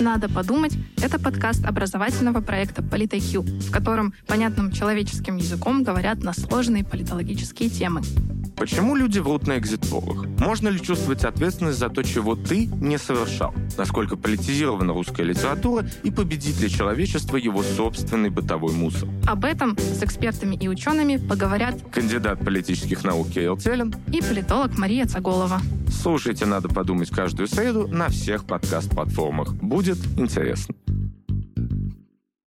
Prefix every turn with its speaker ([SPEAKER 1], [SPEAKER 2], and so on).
[SPEAKER 1] «Надо подумать» — это подкаст образовательного проекта «ПолитIQ», в котором понятным человеческим языком говорят на сложные политологические темы.
[SPEAKER 2] Почему люди врут на экзитполах? Можно ли чувствовать ответственность за то, чего ты не совершал? Насколько политизирована русская литература и победит ли человечество его собственный бытовой мусор?
[SPEAKER 1] Об этом с экспертами и учеными поговорят
[SPEAKER 2] кандидат политических наук Кирилл Телин
[SPEAKER 1] и политолог Мария Цаголова.
[SPEAKER 2] Слушайте «Надо подумать» каждую среду на всех подкаст-платформах. Будет интересно.